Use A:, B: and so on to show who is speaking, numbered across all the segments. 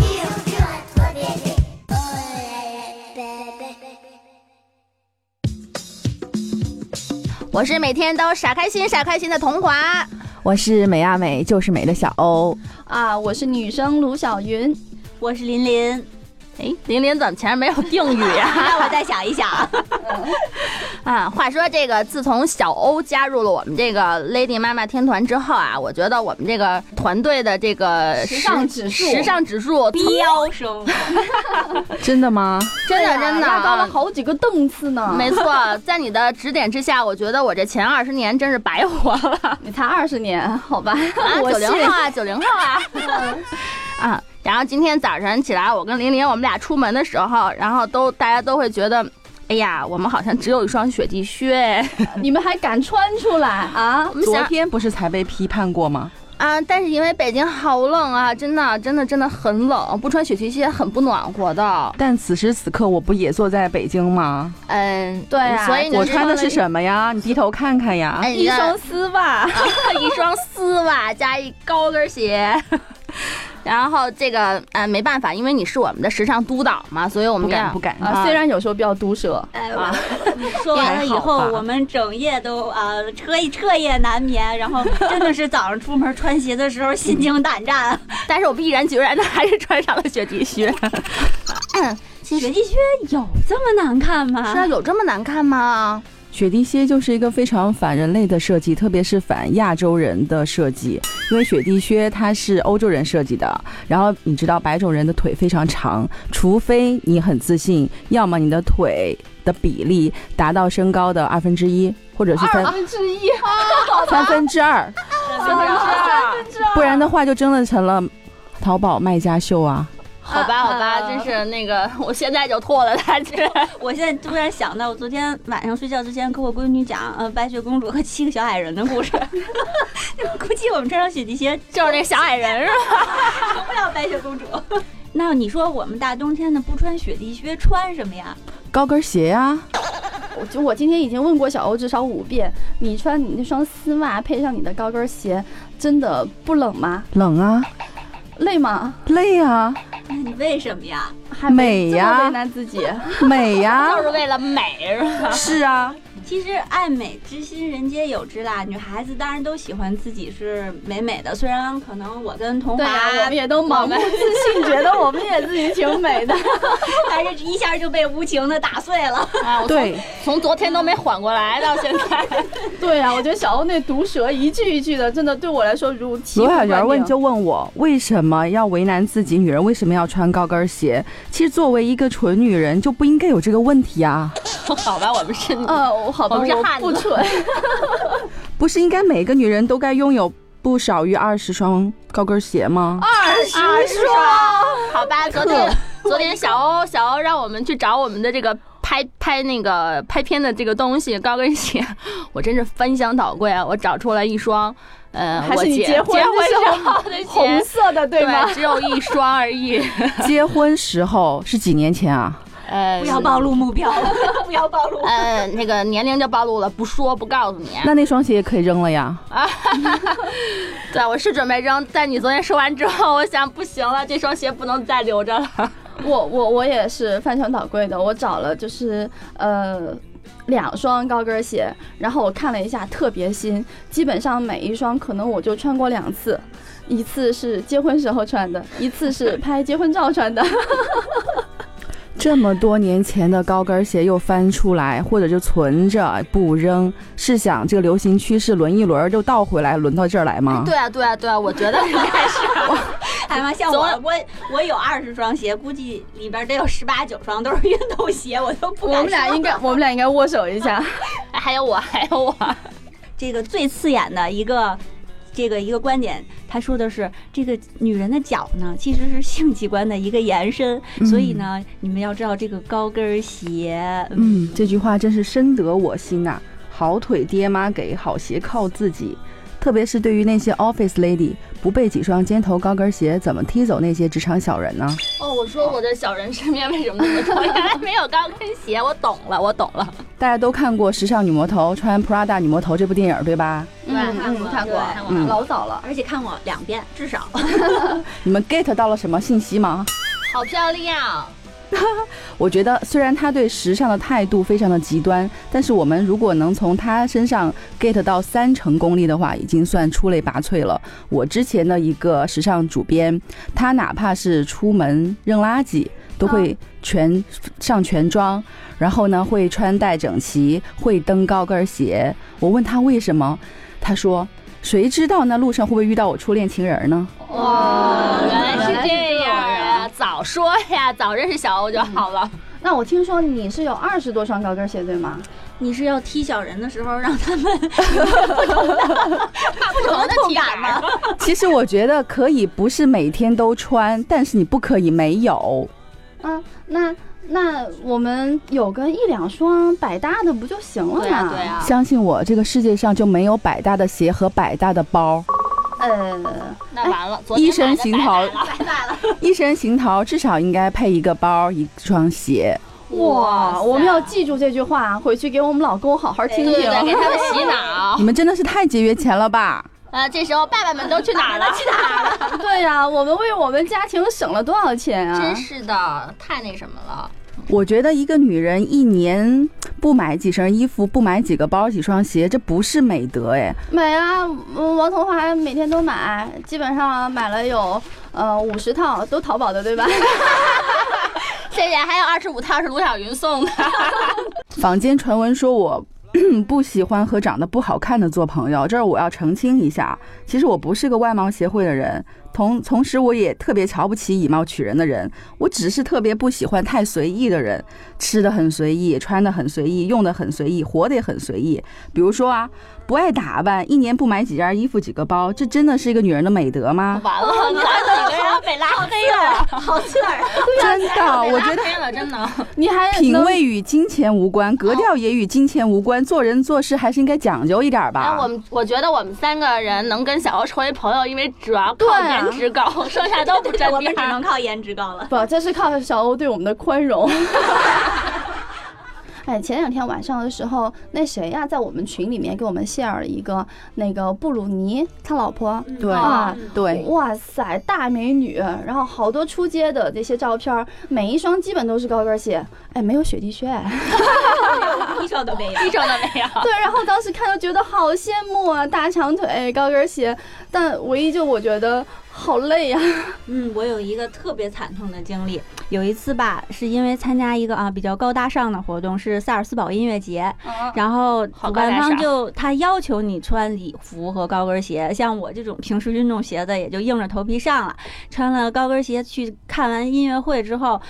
A: Dur, dur être bébé. Oh là là, bébé.
B: 我是每天都傻开心傻开心的童华
C: 我是美亚美就是美的小欧，
D: 啊，我是女生卢小云，
E: 我是林林，
B: 哎，玲玲怎么前面没有定语 呀、
E: 那我再想一想。
B: 啊，话说这个，自从小欧加入了我们这个 Lady 妈妈天团之后啊，我觉得我们这个团队的这个
D: 时尚指数啊
B: 时尚指数
E: 飙升，
C: 真的吗？
B: 真的真的
D: 拉哎高了
B: 啊。
D: 好几个档次呢。
B: 没错，在你的指点之下，我觉得我这前二十年真是白活了
D: 你才二十年，好吧？
B: 啊！
D: 我
B: 九零
D: 信
B: 后啊，九零后啊， 啊！然后今天早晨起来，我跟玲玲我们俩出门的时候，然后都大家都会觉得，哎呀，我们好像只有一双雪地靴。
D: 你们还敢穿出来啊
B: 我？们
C: 昨
B: 想
C: 天不是才被批判过吗？
B: 啊，但是因为北京好冷啊，真的，真的，真的很冷，不穿雪地靴很不暖和的。
C: 但此时此刻我不也坐在北京吗？
B: 嗯，
D: 对啊
B: 所以你
C: 我
B: 是
C: 穿的是
B: 了
C: 什么呀？你低头看看呀。
B: 哎，你
D: 一啊
B: 这
D: 双丝袜，
B: 一双丝袜加一高跟鞋。然后这个呃没办法，因为你是我们的时尚督导嘛，所以我
C: 不
B: 们
C: 敢
B: 要呃
C: 不敢
D: 啊， 虽然有时候比较毒舌，
E: 哎，我说完了以后
C: 还好，吧
E: 我们整夜都啊彻彻夜难眠，然后真的是早上出门穿鞋的时候心惊胆战。
B: 但是我们毅然决然的还是穿上了雪地靴。
E: 其实地靴有这么难看
B: 是啊，
E: 吗？
B: 有这么难看 吗？
C: 雪地靴就是一个非常反人类的设计，特别是反亚洲人的设计，因为雪地靴它是欧洲人设计的。然后你知道白种人的腿非常长，除非你很自信，要么你的腿的比例达到身高的二分之一，或者是三
D: 分之一，
C: 三分之二，
E: 三分之二
C: 不然的话就真的成了淘宝卖家秀啊！
B: 好吧，好吧，
D: 啊
B: 真是那个，我现在就脱了它。这
E: 我现在突然想到，我昨天晚上睡觉之前跟我闺女讲，呃，白雪公主和七个小矮人的故事。 估计我们穿上雪地鞋
B: 就是那小矮人是吧？
E: 成 不了白雪公主。 那你说我们大冬天的不穿雪地靴穿什么呀？
C: 高跟鞋啊呀、
D: 我就我今天已经问过小欧至少五遍，你穿你那双丝袜配上你的高跟鞋，真的不冷吗？
C: 冷啊，
D: 累吗？
C: 累啊，
E: 那哎你为什么呀？
D: 还没
C: 美
D: 这
C: 呀
D: 么为难自 己，
C: 美呀、
B: 就是为了美是吧？
C: 是啊，
E: 其实爱美之心，人皆有之啦。女孩子当然都喜欢自己是美美的，虽然可能我跟童
D: 对
E: 华
D: 啊，我们也都盲 目自信，觉得我们也自己挺美的。
E: 但是一下就被无情的打碎了。
B: 啊，我从
C: 对，
B: 从昨天都没缓过来到现在。
D: 对啊，我觉得小欧那毒舌一句一句的，真的对我来说如醍醐
C: 罗小
B: 啊
D: 灌
C: 圆问
D: 顶。
C: 就问我为什么要为难自己，女人为什么要穿高跟鞋？其实作为一个纯女人就不应该有这个问题啊，
B: 好吧，我们是
D: 呃，我好吧，
B: 我们是
D: 我
B: 汉子
D: 不蠢，
C: 不是应该每个女人都该拥有不少于二十双高跟鞋吗？
D: 二
B: 二
D: 十
B: 十双，好 吧，昨天昨天小欧小欧让我们去找我们的这个拍拍那个拍片的这个东西高跟鞋， 我真是翻箱倒柜啊，我找出来一双，呃，
D: 还
B: 我
D: 是你
B: 姐
D: 结
B: 结
D: 婚的时候
B: 婚之后 的
D: 红
B: 鞋，
D: 色的对吗
B: 对，？只有一双而 已，
C: 结婚时候是几年前啊？
B: 呃，
E: 不要暴露目标，不要暴 露。
B: 呃，那个年龄就暴露了，不说不告诉你。啊
C: 那那双鞋也可以扔了呀。
B: 对，我是准备扔，但你昨天说完之后，我想不行了，这双鞋不能再留着了。
D: 我我我也是翻箱倒柜的，我找了就是呃两双高跟鞋，然后我看了一下，特别新，基本上每一双可能我就穿过两次，一次是结婚时候穿的，一次是 拍结婚照穿的。
C: 这么多年前的高跟鞋又翻出来，或者就存着不扔，是想这个流行趋势轮一轮儿就倒回来，轮到这儿来吗？
B: 对啊，对啊，对啊，我觉得应该是。
E: 哎妈，像
B: 走
E: 我
B: 了，
E: 我我有二十双鞋，估计里边得有十八九双都是运动鞋，我都不
D: 我
E: 敢说。
D: 们俩应该我们俩应该
B: 哎
D: 握手一下。
B: 还有我，还有我。
E: 这个最刺眼的一个这个一个观点，他说的是这个女人的脚呢，其实是性器官的一个延伸，
C: 嗯
E: 所以呢，你们要知道这个高跟儿鞋，
C: 嗯，这句话真是深得我心呐、好腿爹妈给，好鞋靠自己。特别是对于那些 office lady，不备几双尖头高跟鞋，怎么踢走那些职场小人呢？
B: 哦，我说我的小人身边为什么那么多，原来 没有高跟鞋，我懂了，我懂了。
C: 大家都看过《时尚女魔头》穿 Prada 女魔头这部电影对吧？
B: 对啊看过
D: 嗯看过
E: 对看，过
C: 嗯
D: 老早了。
E: 而且看过两遍至少。
C: 你们 get 到了什么信息吗？
B: 好漂亮，啊
C: 我觉得虽然她对时尚的态度非常的极端，但是我们如果能从她身上 get 到三成功力的话，已经算出类拔萃了。我之前的一个时尚主编，她哪怕是出门扔垃圾，都会 全上全装，然后呢会穿戴整齐，会蹬高跟鞋。我问她为什么，她说：“谁知道那路上会不会遇到我初恋情人呢？”
B: 哇，哦原来是这样
D: 原
B: 啊！
D: 来
B: 嗯早说呀，早认识小欧就好了。
D: 那我听说你是有二十多双高跟鞋，对吗？
E: 你是要踢小人的时候让他们
B: 不同的体感吗？
C: 其实我觉得可以不是每天都穿，但是你不可以没有。
D: 啊，那那我们有个一两双百搭的不就行了吗？
B: 对呀，对啊呀。
C: 相信我，这个世界上就没有百搭的鞋和百搭的包。
D: 呃，
B: 那完了，昨
C: 一
B: 天
C: 身行头，
E: 白买了。
C: 一身行头至少应该配一个包，一双鞋。
D: 哇，
B: 塞哎
D: 我们要记住这句话，回去给我们老公好好听
B: 对对
D: 听。
B: 对，给他们洗脑
C: 你。们真的是太节约钱了吧？
B: 啊，这时候爸爸们都去哪儿了？去哪儿了？
D: 对呀、我们为我们家庭省了多少钱 啊
B: 真！是的，太那什么了。
C: 我觉得一个女人一年不买几身衣服，不买几个包、几双鞋，这不是美德哎。
D: 买啊，嗯王桐华每天都买，基本上买了有呃五十套，都淘宝的对吧？
B: 这边还有二十五套是卢晓云送的，
C: 坊间传闻说我 不喜欢和长得不好看的做朋友，这儿我要澄清一下，其实我不是个外貌协会的人，同同时我也特别瞧不起以貌取人的人，我只是特别不喜欢太随意的人，吃的很随意，穿的很随意，用的很随意，活得也很随意。比如说啊，不爱打扮，一年不买几件衣服几个包，这真的是一个女人的美德吗？
B: 完了，咱几个人被拉黑了，好刺耳，
C: 真
B: 啊
C: 的，我觉得。
B: 黑了，真的。
D: 你还
C: 品
D: 能
C: 味与金钱无关，格调也与金钱无关，做人做事还是应该讲究一点儿吧。
B: 哎那我们我觉得我们三个人能跟小欧成为朋友，因为主要靠
D: 对啊
B: 颜值高， 剩下都不沾
E: 我
B: 边
E: 们只能
B: 儿。
E: 靠颜值 高了。
D: 不，这是靠小欧对我们的宽容。哎，前两天晚上的时候，那谁呀，在我们群里面给我们 share 了一个那个布鲁尼他老婆，
C: 对
D: 啊
C: 嗯对，
D: 哇塞，大美女，然后好多出街的这些照片儿，每一双基本都是高跟鞋，哎，没有雪地靴，哎，
E: 一双都没有。
B: 一生都 没有，
D: 对，然后当时看到觉得好羡慕啊，大长腿高跟鞋，但唯一就我觉得好累啊呀、
E: 嗯，我有一个特别惨痛的经历。有一次吧，是因为参加一个啊比较高大上的活动，是萨尔斯堡音乐节，然后
B: 好
E: 主
B: 高大
E: 办
B: 上
E: 方就他要求你穿礼服和高跟鞋，像我这种平时运动鞋的也就硬着头皮上了，穿了高跟鞋去看完音乐会之后。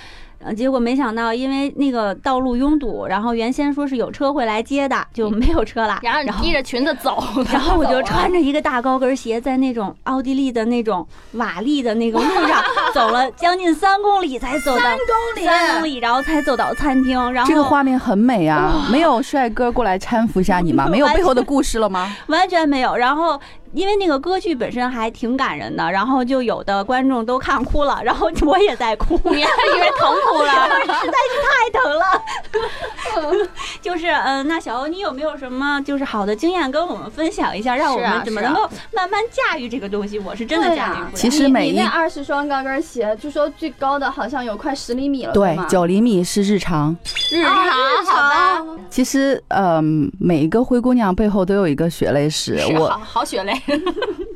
E: 呃，结果没想到，因为那个道路拥堵，然后原先说是有车会来接的，就没有车了。
B: 然后你披着裙子走了，
E: 然后我 就穿
B: 着
E: 着一个大高跟鞋，在那种奥地利的那种瓦砾的那个路上走了将近三公里，才走到三公里，三公里，然后才走到餐厅。然
C: 这个
E: 后
C: 画面很美啊！
D: 哦
C: 没有帅哥过来搀扶一下 你吗？没有背后的故事了吗？
E: 完全没有。然后因为那个歌剧本身还挺感人的，然后就有的观众都看哭了，然后我也在哭。
B: 你还以为疼哭了？
E: 太疼了。 就是嗯、呃那小欧，你有没有什么就是好的经验跟我们分享一下，让我
B: 是啊
E: 们怎么
B: 是啊
E: 能够慢慢驾驭这个东西？我是真的
D: 对啊
E: 驾驭不
D: 呀
E: 了。
C: 其实
D: 你
C: 每
D: 你
C: 一
D: 那二十双高跟鞋，据说最高的好像有快十厘米了，
C: 对
D: 吗，？
C: 九厘米是日常。
B: 日常啊好吧，
C: 其实，嗯，每一个灰姑娘背后都有一个血泪史。
B: 是好
D: 啊
C: 我
B: 好血泪，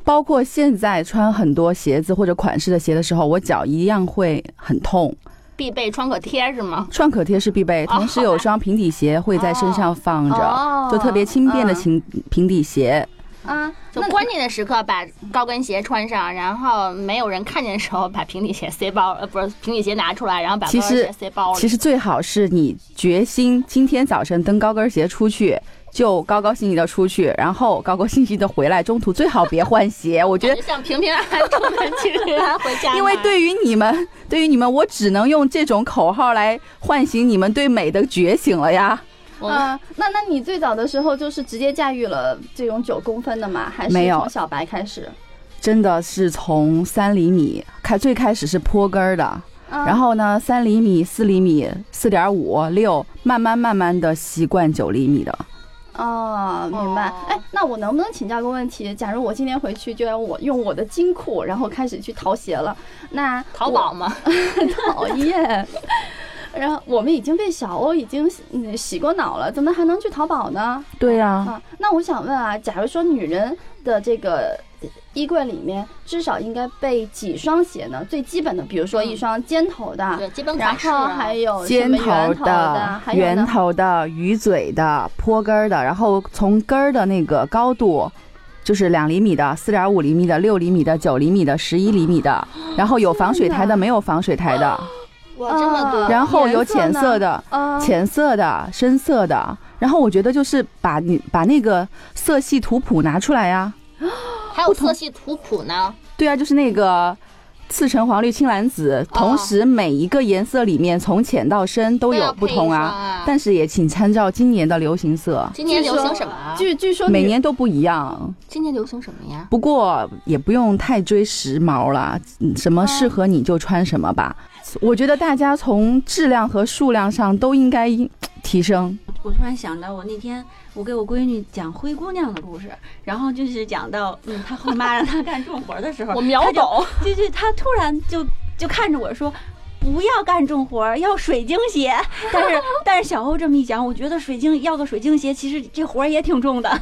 C: 包括现在穿很多鞋子或者款式的鞋的时候，我脚一样会很痛。
B: 必备创可贴是吗？
C: 创可贴是必备，同时有双平底鞋会在身上放着，
D: 哦
C: 就特别轻便的
D: 嗯
C: 平平底鞋。
D: 啊，
B: 就
D: 那
B: 关键的时刻把高跟鞋穿上，然后没有人看见的时候把平底鞋塞包，呃，不是平底鞋拿出来，然后把高
C: 其
B: 跟
C: 实
B: 鞋塞包里。
C: 其实最好是你决心今天早晨蹬高跟鞋出去，就高高兴兴的出去，然后高高兴兴的回来，中途最好别换 鞋。我觉
B: 感
C: 得
B: 觉像平平安安出门去 安回家嘛，
C: 因为对于你们，对于你们，我只能用这种口号来唤醒你们对美的觉醒了呀。
B: 我们
D: 啊，那那你最早的时候就是直接驾驭了这种九公分的吗？还是
C: 没有
D: 从小白开始？
C: 真的是从三厘米开，最开始是坡跟儿的，
D: 啊
C: 然后呢，三厘米、四厘米、四点五、六，慢慢慢慢的习惯九厘米的。
D: 哦，明白
B: 哦。
D: 哎，那我能不能请教个问题？假如我今天回去就要我用我的金库，然后开始去淘鞋了，那
B: 淘宝嘛，
D: 我讨厌。然后我们已经被小欧已经嗯洗过脑了，怎么还能去淘宝呢？
C: 对呀、啊，
B: 嗯
D: 啊，那我想问啊，假如说女人的这个衣柜里面至少应该备几双鞋呢？最基本的，比如说一
B: 嗯
D: 双尖头的，
B: 对，基本
D: 然
B: 款式啊、
D: 后还有哦什
C: 尖
D: 么
C: 头
D: 圆头的，还有
C: 圆
D: 呢？
C: 头的、鱼嘴的、坡根儿的，然后从根儿的那个高度。就是两厘米的、四点五厘米的、六厘米的、九厘米的、十一厘米的，然后有防水台的、没有防水台的，
B: 哇，哦这么多，
C: 然后有浅
D: 嗯颜
C: 色
D: 色
C: 的、
D: 啊，
C: 浅色的、深色的。然后我觉得就是把你把那个色系图谱拿出来呀、
D: 呃
B: 还有色系图谱呢，
C: 对啊，就是那个赤橙黄绿青蓝紫，同时每一个颜色里面从浅到深都有
B: 要
C: 不同
B: 配一双
C: 啊。但是也请参照今年的流行色，
B: 今年流行什么啊？
D: 据据 说
C: 每
D: 女
C: 年都不一样。
B: 今年流行什么呀？
C: 不过也不用太追时髦啦，嗯什么适合你就穿什么吧。我觉得大家从质量和数量上都应该提升。
E: 我突然想到，我那天我给我闺女讲灰姑娘的故事，然后就是讲到，嗯，她后妈让她干重活的时候，
B: 我秒
E: 她就
B: 懂，
E: 就是他突然就就看着我说。不要干重活儿，要水晶鞋。但是 但是小欧这么一讲，我觉得水晶要个水晶鞋，其实这活儿也 挺重的。
B: 啊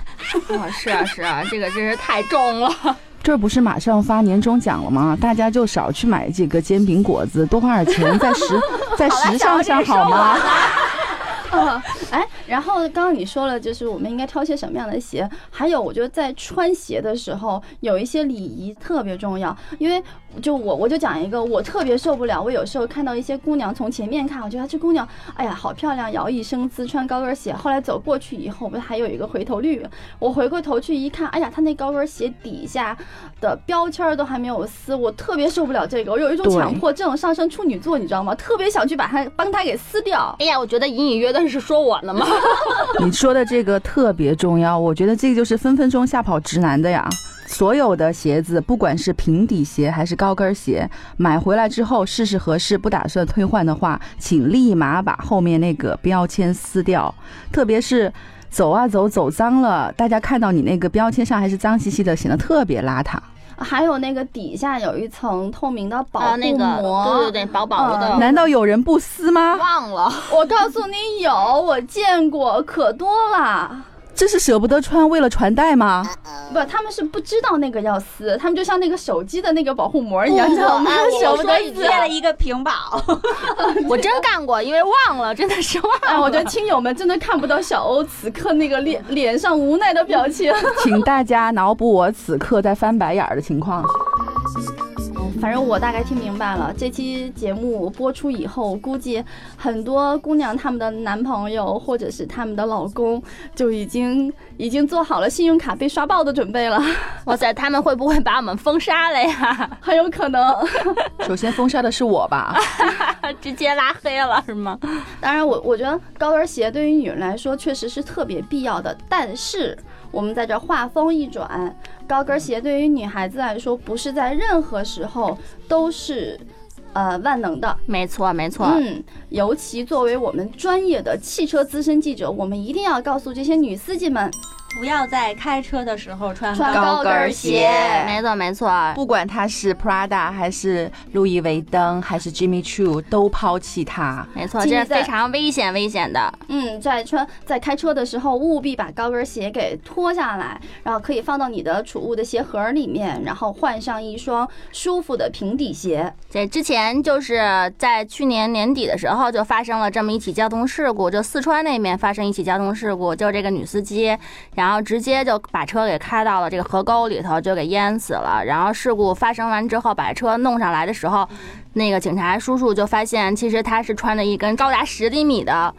B: 是啊是啊，这个真是太重了。
C: 这不是马上发年终奖了吗？大家就少去买这个煎饼果子，多花点钱在时在时尚上好吗？
D: 啊，哎，然后刚刚你说了，就是我们应该挑些什么样的鞋，还有我觉得在穿鞋的时候有一些礼仪特别重要，因为就我我就讲一个，我特别受不了，我有时候看到一些姑娘从前面看，我觉得这姑娘，哎呀，好漂亮，摇曳生姿，穿高跟鞋，后来走过去以后，不是还有一个回头率，我回过头去一看，哎呀，她那高跟鞋底下的标签儿都还没有撕，我特别受不了这个，我有一种
C: 对
D: 强迫症，上升处女座，你知道吗？特别想去把它帮它给撕掉。
B: 哎呀，我觉得隐隐约约是说我呢嘛。
C: 你说的这个特别重要，我觉得这个就是分分钟吓跑直男的呀。所有的鞋子，不管是平底鞋还是高跟鞋，买回来之后试试合适，不打算退换的话，请立马把后面那个标签撕掉。特别是走啊走，走脏了，大家看到你那个标签上还是脏兮兮的，显得特别邋遢。
D: 还有那个底下有一层透明的保
B: 啊，
D: 护
B: 那个，
D: 膜，
B: 对对对，薄薄的，
D: 哦嗯
C: 难道有人不撕吗？
B: 忘了。
D: 我告诉你有，我见过可多了。
C: 这是舍不得穿，为了传代吗？
D: 不，他们是不知道那个要撕，他们就像那个手机的那个保护膜一样，你知道吗
B: 哎？我
D: 舍
B: 我
D: 不
B: 说
D: 得
B: 一
D: 撕
E: 贴。了一个屏保，
B: 我真干过，因为忘了，真的是忘了。
D: 哎，我觉得听友们真的看不到小欧此刻那个脸脸上无奈的表情。
C: 请大家脑补我此刻在翻白眼儿的情况。
D: 反正我大概听明白了。这期节目播出以后，估计很多姑娘她们的男朋友或者是她们的老公就已经已经做好了信用卡被刷爆的准备了，
B: 哇塞，他们会不会把我们封杀了呀？
D: 很有可能。
C: 首先封杀的是我吧。
B: 直接拉黑了是吗？
D: 当然我，我觉得高跟鞋对于女人来说确实是特别必要的，但是我们在这话锋一转，高跟鞋对于女孩子来说，不是在任何时候都是呃万能的。
B: 没错，没
E: 啊
B: 错。
D: 嗯，尤其作为我们专业的汽车资深记者，我们一定要告诉这些女司机们，
E: 不要在开车的时候穿
D: 穿
E: 啊高
D: 高跟鞋
B: 没错，没错，
C: 不管它是 Prada 还是路易威登还是 Jimmy Choo，都抛弃它。
B: 没错，
D: 今
B: 这
D: 天
B: 是非
D: 在
B: 常危险、危险的。
D: 嗯，在穿在开车的时候，务必把高跟鞋给脱下来，然后可以放到你的储物的鞋盒里面，然后换上一双舒服的平底鞋。
B: 对，之前就是在去年年底的时候，就发生了这么一起交通事故，就四川那边发生一起交通事故，就这个女司机，然后直接就把车给开到了这个河沟里头，就给淹死了。然后事故发生完之后，把车弄上来的时候，那个警察叔叔就发现，其实他是穿着一根高达十厘米的。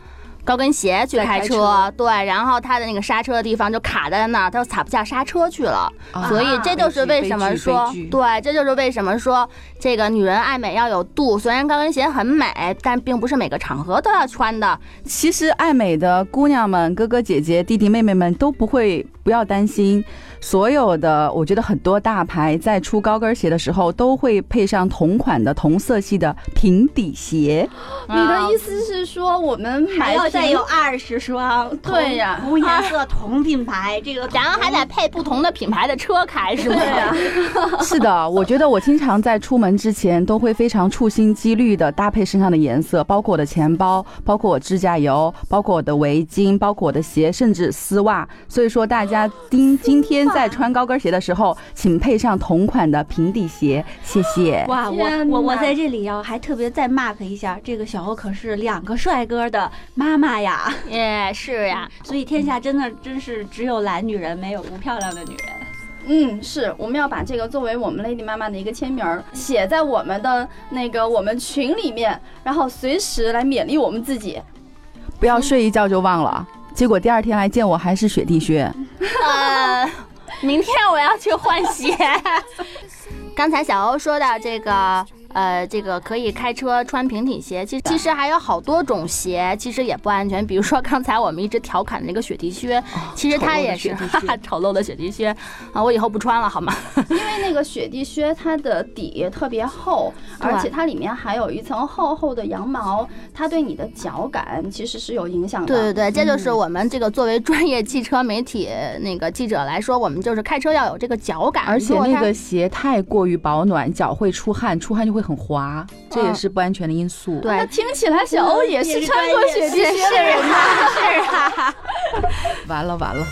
B: 高跟鞋去
C: 在开
B: 开
C: 车
B: 对，然后他的那个刹车的地方就卡在那儿，他就踩不下刹车去了，所以这就是为什么说，
C: 啊悲剧悲剧
B: 对，这就是为什么说这个女人爱美要有度。虽然高跟鞋很美，但并不是每个场合都要穿的。
C: 其实爱美的姑娘们、哥哥姐姐、弟弟妹妹们都不会不要担心，所有的我觉得很多大牌在出高跟鞋的时候都会配上同款的同色系的平底鞋，
D: 你的意
B: 思
D: 思是说我们
E: 啊还
D: 买
E: 要再
D: 平
E: 有二十双同，
D: 对呀
E: 同颜色同品牌，这个
B: 然后还得配不同的品牌的车开，是吗？
D: 对呀、
C: 是的，我觉得我经常在出门之前都会非常处心积虑的搭配身上的颜色，包括我的钱包，包括我指甲油，包括我的围巾，包括我的鞋，甚至丝袜。所以说，大家今今天在穿高跟鞋的时候，请配上同款的平底鞋，谢谢。
E: 哇，我
D: 天
E: 我我
D: 哪
E: 在这里要还特别再 mark 一下，这个小欧可是两个帅哥的妈妈呀，
B: 也是呀，
E: 所以天下真的真是只有懒女人，没有不漂亮的女人。
D: 嗯，是，我们要把这个作为我们 Lady 妈妈的一个签名儿，写在我们的那个我们群里面，然后随时来勉励我们自己。
C: 不
B: 嗯
C: 要睡一觉就忘了。结果第二天来见我还是雪地靴，
B: 呃，明天我要去换 鞋。刚才小欧说到这个，呃，这个可以开车穿平底鞋，其实其实还有好多种鞋，其实也不安全。比如说刚才我们一直调侃的那个雪地靴，其实它也是哈哈哦 丑陋的雪地靴啊，我以后不穿了好吗？
D: 因为那个雪地靴它的底特别厚，
B: 对
D: 而且它里面还有一层厚厚的羊毛，它对你的脚感其实是有影 响
B: 对
D: 的。
B: 对对，这就是我们这个作为专业汽车媒体那个记者来说，我们就是开车要有这个脚感，
C: 而且
B: 如果
C: 那
B: 它
C: 个鞋太过于保暖，脚会出汗，出汗就会很滑，这也
B: 嗯
C: 是不安全的因素。
B: 对
D: 那听起来小欧也
E: 也
D: 是
E: 是
D: 穿过
E: 专业
D: 雪地靴的人 呐。
B: 啊
C: 完了完了，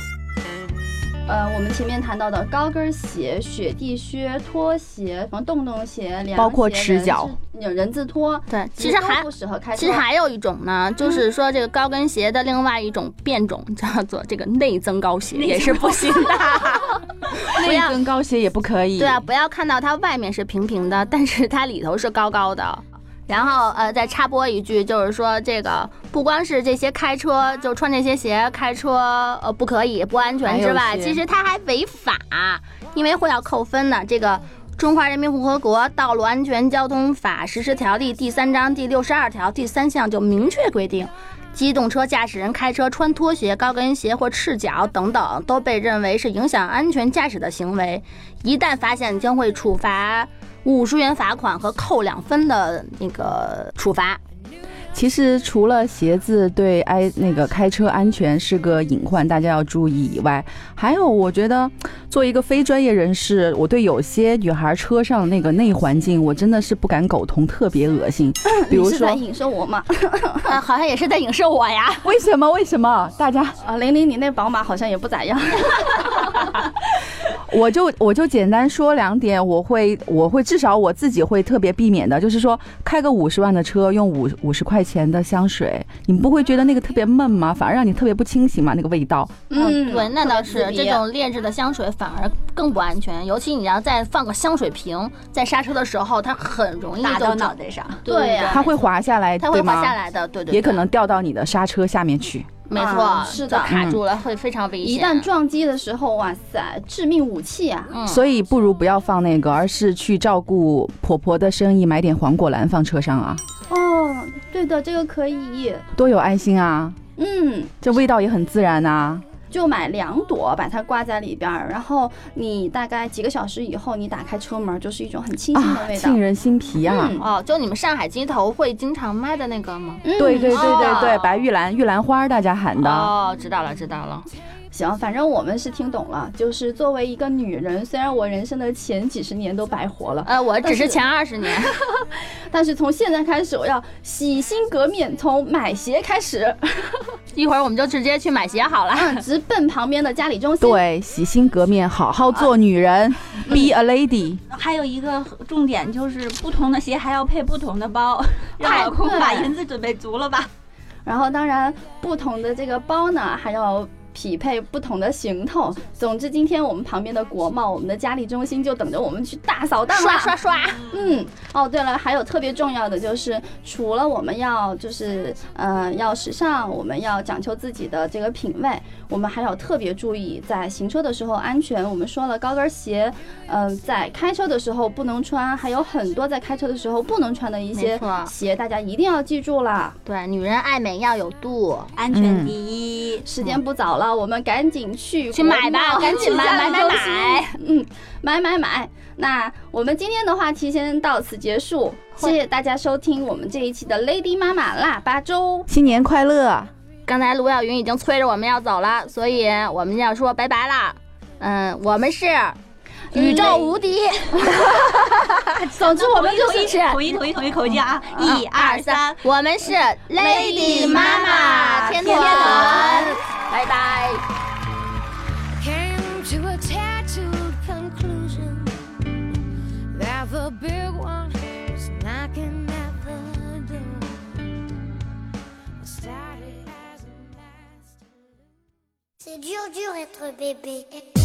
D: 呃，我们前面谈到的高跟鞋、雪地靴、拖鞋、什么洞洞鞋、凉
C: 包括
D: 鞋
C: 赤脚、
D: 人字人字拖，
B: 对，其实还
D: 都不适合开车。
B: 其 实还有嗯一种呢，就是说这个高跟鞋的另外一种变种叫做这个内增高鞋，也是不行的。不
C: 内
B: 要
C: 跟高鞋也不可 以。
B: 对啊，不要看到它外面是平平的，但是它里头是高高的。然后呃，再插播一句，就是说这个不光是这些开车就穿这些鞋开车呃不可以不安全之
C: 还
B: 外，
C: 有一些
B: 其实它还违法，因为会要扣分的。这个《中华人民共和国道路安全交通法实施条例》第三章第六十二条第三项就明确规定，机动车驾驶人开车穿拖鞋、高跟鞋或赤脚等等，都被认为是影响安全驾驶的行为，一旦发现将会处罚五十元罚款和扣两分的那个处罚。
C: 其实除了鞋子对安那个开车安全是个隐患，大家要注意以外，还有我觉得作为一个非专业人士，我对有些女孩车上那个内环境，我真的是不敢苟同，特别恶 心。比如
D: 你是在
C: 说，
D: 影射我吗？
B: 呃，好像也是在影射我呀。
C: 为什么为什么大家
D: 啊，玲玲，你那宝马好像也不咋样。
C: 我就我就简单说两点，我会我会至少我自己会特别避免的，就是说开个五十万的车，用五五十块钱的香水，你们不会觉得那个特别闷吗？反而让你特别不清醒嘛，那个味道。
D: 嗯，
B: 对，那倒是
D: 特别刺
B: 这
D: 鼻
B: 种劣质的香水反而更不安全，尤其你要再放个香水瓶在刹车的时候，它很容易
E: 打
B: 就
E: 到脑袋上，
D: 对呀
C: 它会滑下来，
B: 它会
C: 对吗
B: 滑下，来的，对对，对
C: 也可能掉到你的刹车下面去。
B: 没错
D: 啊，是
B: 就
D: 的
B: 卡住了会非常危险。
D: 一旦撞击的时候，哇塞，致命武器啊！
B: 嗯
C: 所以不如不要放那个，而是去照顾婆婆的生意，买点黄果兰放车上啊，
D: 哦，对的，这个可以。
C: 多有爱心啊！
D: 嗯，
C: 这味道也很自然啊。
D: 就买两朵，把它挂在里边儿，然后你大概几个小时以后，你打开车门，就是一种很清新的
C: 啊，
D: 味道。
C: 沁人心脾啊！
D: 嗯
B: 哦，就你们上海街头会经常卖的那个吗？
D: 嗯
C: 对对对对对，
B: 哦
C: 白玉兰玉兰花，大家喊的。
B: 哦，知道了，知道了。
D: 行，反正我们是听懂了。就是作为一个女人，虽然我人生的前几十年都白活了，
B: 呃，我只
D: 但
B: 是
D: 是
B: 前二十年，
D: 但是从现在开始，我要洗心革面，从买鞋开始，
B: 一会儿我们就直接去买鞋好了。
D: 直奔旁边的家里中心。，
C: 对，洗心革面，好好做女人、
D: 嗯
C: b e a lady。
E: 还有一个重点就是不同的鞋还要配不同的包，让
D: 哎
E: 老公把
D: 对
E: 银子准备足了吧。
D: 然后当然不同的这个包呢，还要匹配不同的行头。总之，今天我们旁边的国贸，我们的嘉里中心就等着我们去大扫荡
B: 刷
D: 啦！
B: 刷刷，
D: 嗯，哦，对了，还有特别重要的就是，除了我们要就是呃要时尚，我们要讲究自己的这个品味，我们还要特别注意在行车的时候安全。我们说了，高跟鞋，嗯、在开车的时候不能穿，还有很多在开车的时候不能穿的一
B: 没
D: 些
B: 错
D: 鞋，大家一定要记住啦。
B: 对，女人爱美要有度。
D: 嗯
E: 安全第一。
D: 时间不早了，我们赶紧去
B: 嗯去买吧
D: 国贸
B: 赶紧买
D: 去家里
B: 买买
D: 中
B: 买
D: 心嗯，买买买。那我们今天的话题先到此结束，谢谢大家收听我们这一期的 Lady 妈妈腊八粥，
C: 新年快乐！
B: 刚才卢晓云已经催着我们要走了，所以我们要说拜拜啦。嗯，我们是宇宙无敌，
D: 嗯 总之我们就是嗯
E: 统一统一统一口径啊！一二三，，
B: 我们是 Lady 妈妈天
E: 天
B: 团，
E: 团
B: 拜拜。
F: came to a tattooed conclusion that the big one was knocking at the door. It started as a master.
A: C'est dur, dur être bébé.